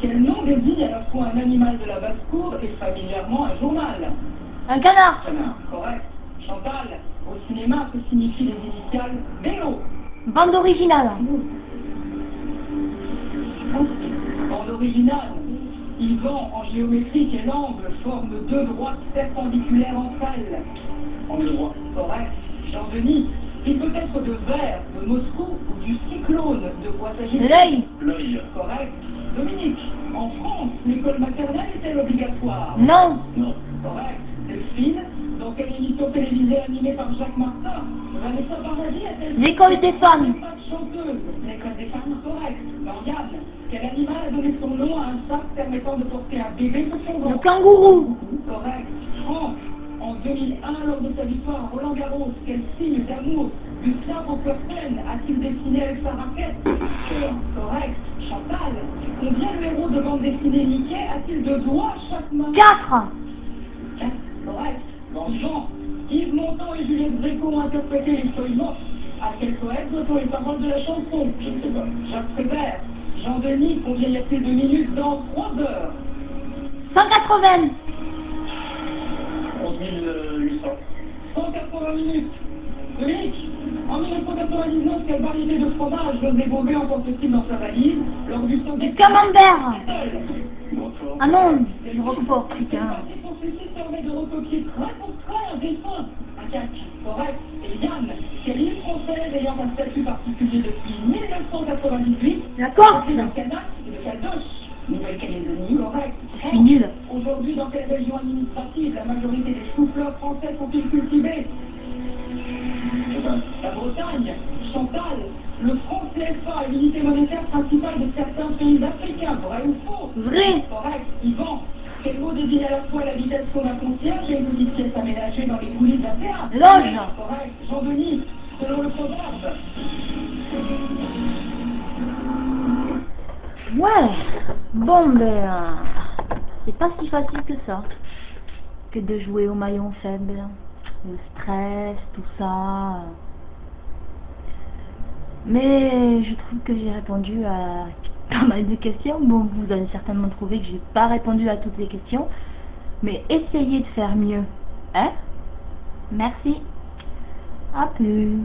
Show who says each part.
Speaker 1: comédie à la fois un animal de la basse-cour et familièrement un journal.
Speaker 2: Un canard.
Speaker 1: Canard, correct. Chantal, au cinéma, que signifie les initiales vélo
Speaker 2: Bande originale.
Speaker 1: En original, Yvan, en géométrie, quel angle forme deux droites perpendiculaires entre elles Angle droit. Correct. Jean-Denis, il peut être de verre, de Moscou ou du cyclone. De quoi s'agit-il
Speaker 2: L'œil.
Speaker 1: L'œil. Correct. Dominique, en France, l'école maternelle est-elle obligatoire
Speaker 2: Non.
Speaker 1: Non. Correct. Delphine, dans quelle émission télévisée animée par Jacques Martin Vanessa Paradis a-t-elle...
Speaker 2: L'école des femmes.
Speaker 1: Pas de chanteuse. L'école des femmes, correct. Marianne, quel animal a donné son nom à un sac permettant de porter un bébé sur son
Speaker 2: Le
Speaker 1: ventre
Speaker 2: kangourou.
Speaker 1: Correct. Franck, en 2001, lors de sa victoire à Roland Garros, quel signe d'amour du sabre Kirsten a-t-il dessiné avec sa raquette Cœur. Correct. Chantal, combien le héros de bande dessinée Mickey a-t-il de doigts à chaque main
Speaker 2: 4.
Speaker 1: Quatre. Correct. Dans ce genre, Yves Montand et Juliette Gréco ont interprété les feuillements. À quel poète doit-on les paroles de la chanson Je ne sais pas. Jacques Prévert, Jean-Denis, combien y a-t-il de minutes dans 3 heures
Speaker 2: 180.
Speaker 1: 11 180 minutes. Dominique, en 1999, quelle variété de fromage José Bové emporte-t-il dans sa valise lors du sommet
Speaker 2: Le camembert.
Speaker 1: Bonsoir.
Speaker 2: Ah non, je recoupe pas. Putain.
Speaker 1: C'est pour ceci permet de recopier très pour très un dessin. Un cac, correct. Et Yann, quelle île française ayant un statut particulier depuis 1998
Speaker 2: La Corse.
Speaker 1: Le Canada et le Caldoche. Nouvelle-Calédonie, correct.
Speaker 2: Je suis nul.
Speaker 1: Aujourd'hui, dans quelle région administrative la majorité des chou-fleurs français sont-ils cultivés La Bretagne, Chantal, le franc CFA est l'unité monétaire principale de certains pays africains, vrai ou faux
Speaker 2: Vrai.
Speaker 1: Correct, Yvan, quel mot désigne à la fois l'habitation d'un concierge et une petite pièce aménagée dans les coulisses d'un théâtre
Speaker 2: Loge.
Speaker 1: Correct, Jean-Denis, selon le proverbe,
Speaker 2: Ouais. Bon ben, euh, c'est pas si facile que ça. Que de jouer au maillon faible. Le stress, tout ça. Mais je trouve que j'ai répondu à pas mal de questions. Bon, vous allez certainement trouver que j'ai pas répondu à toutes les questions. Mais essayez de faire mieux. Hein Merci. À plus.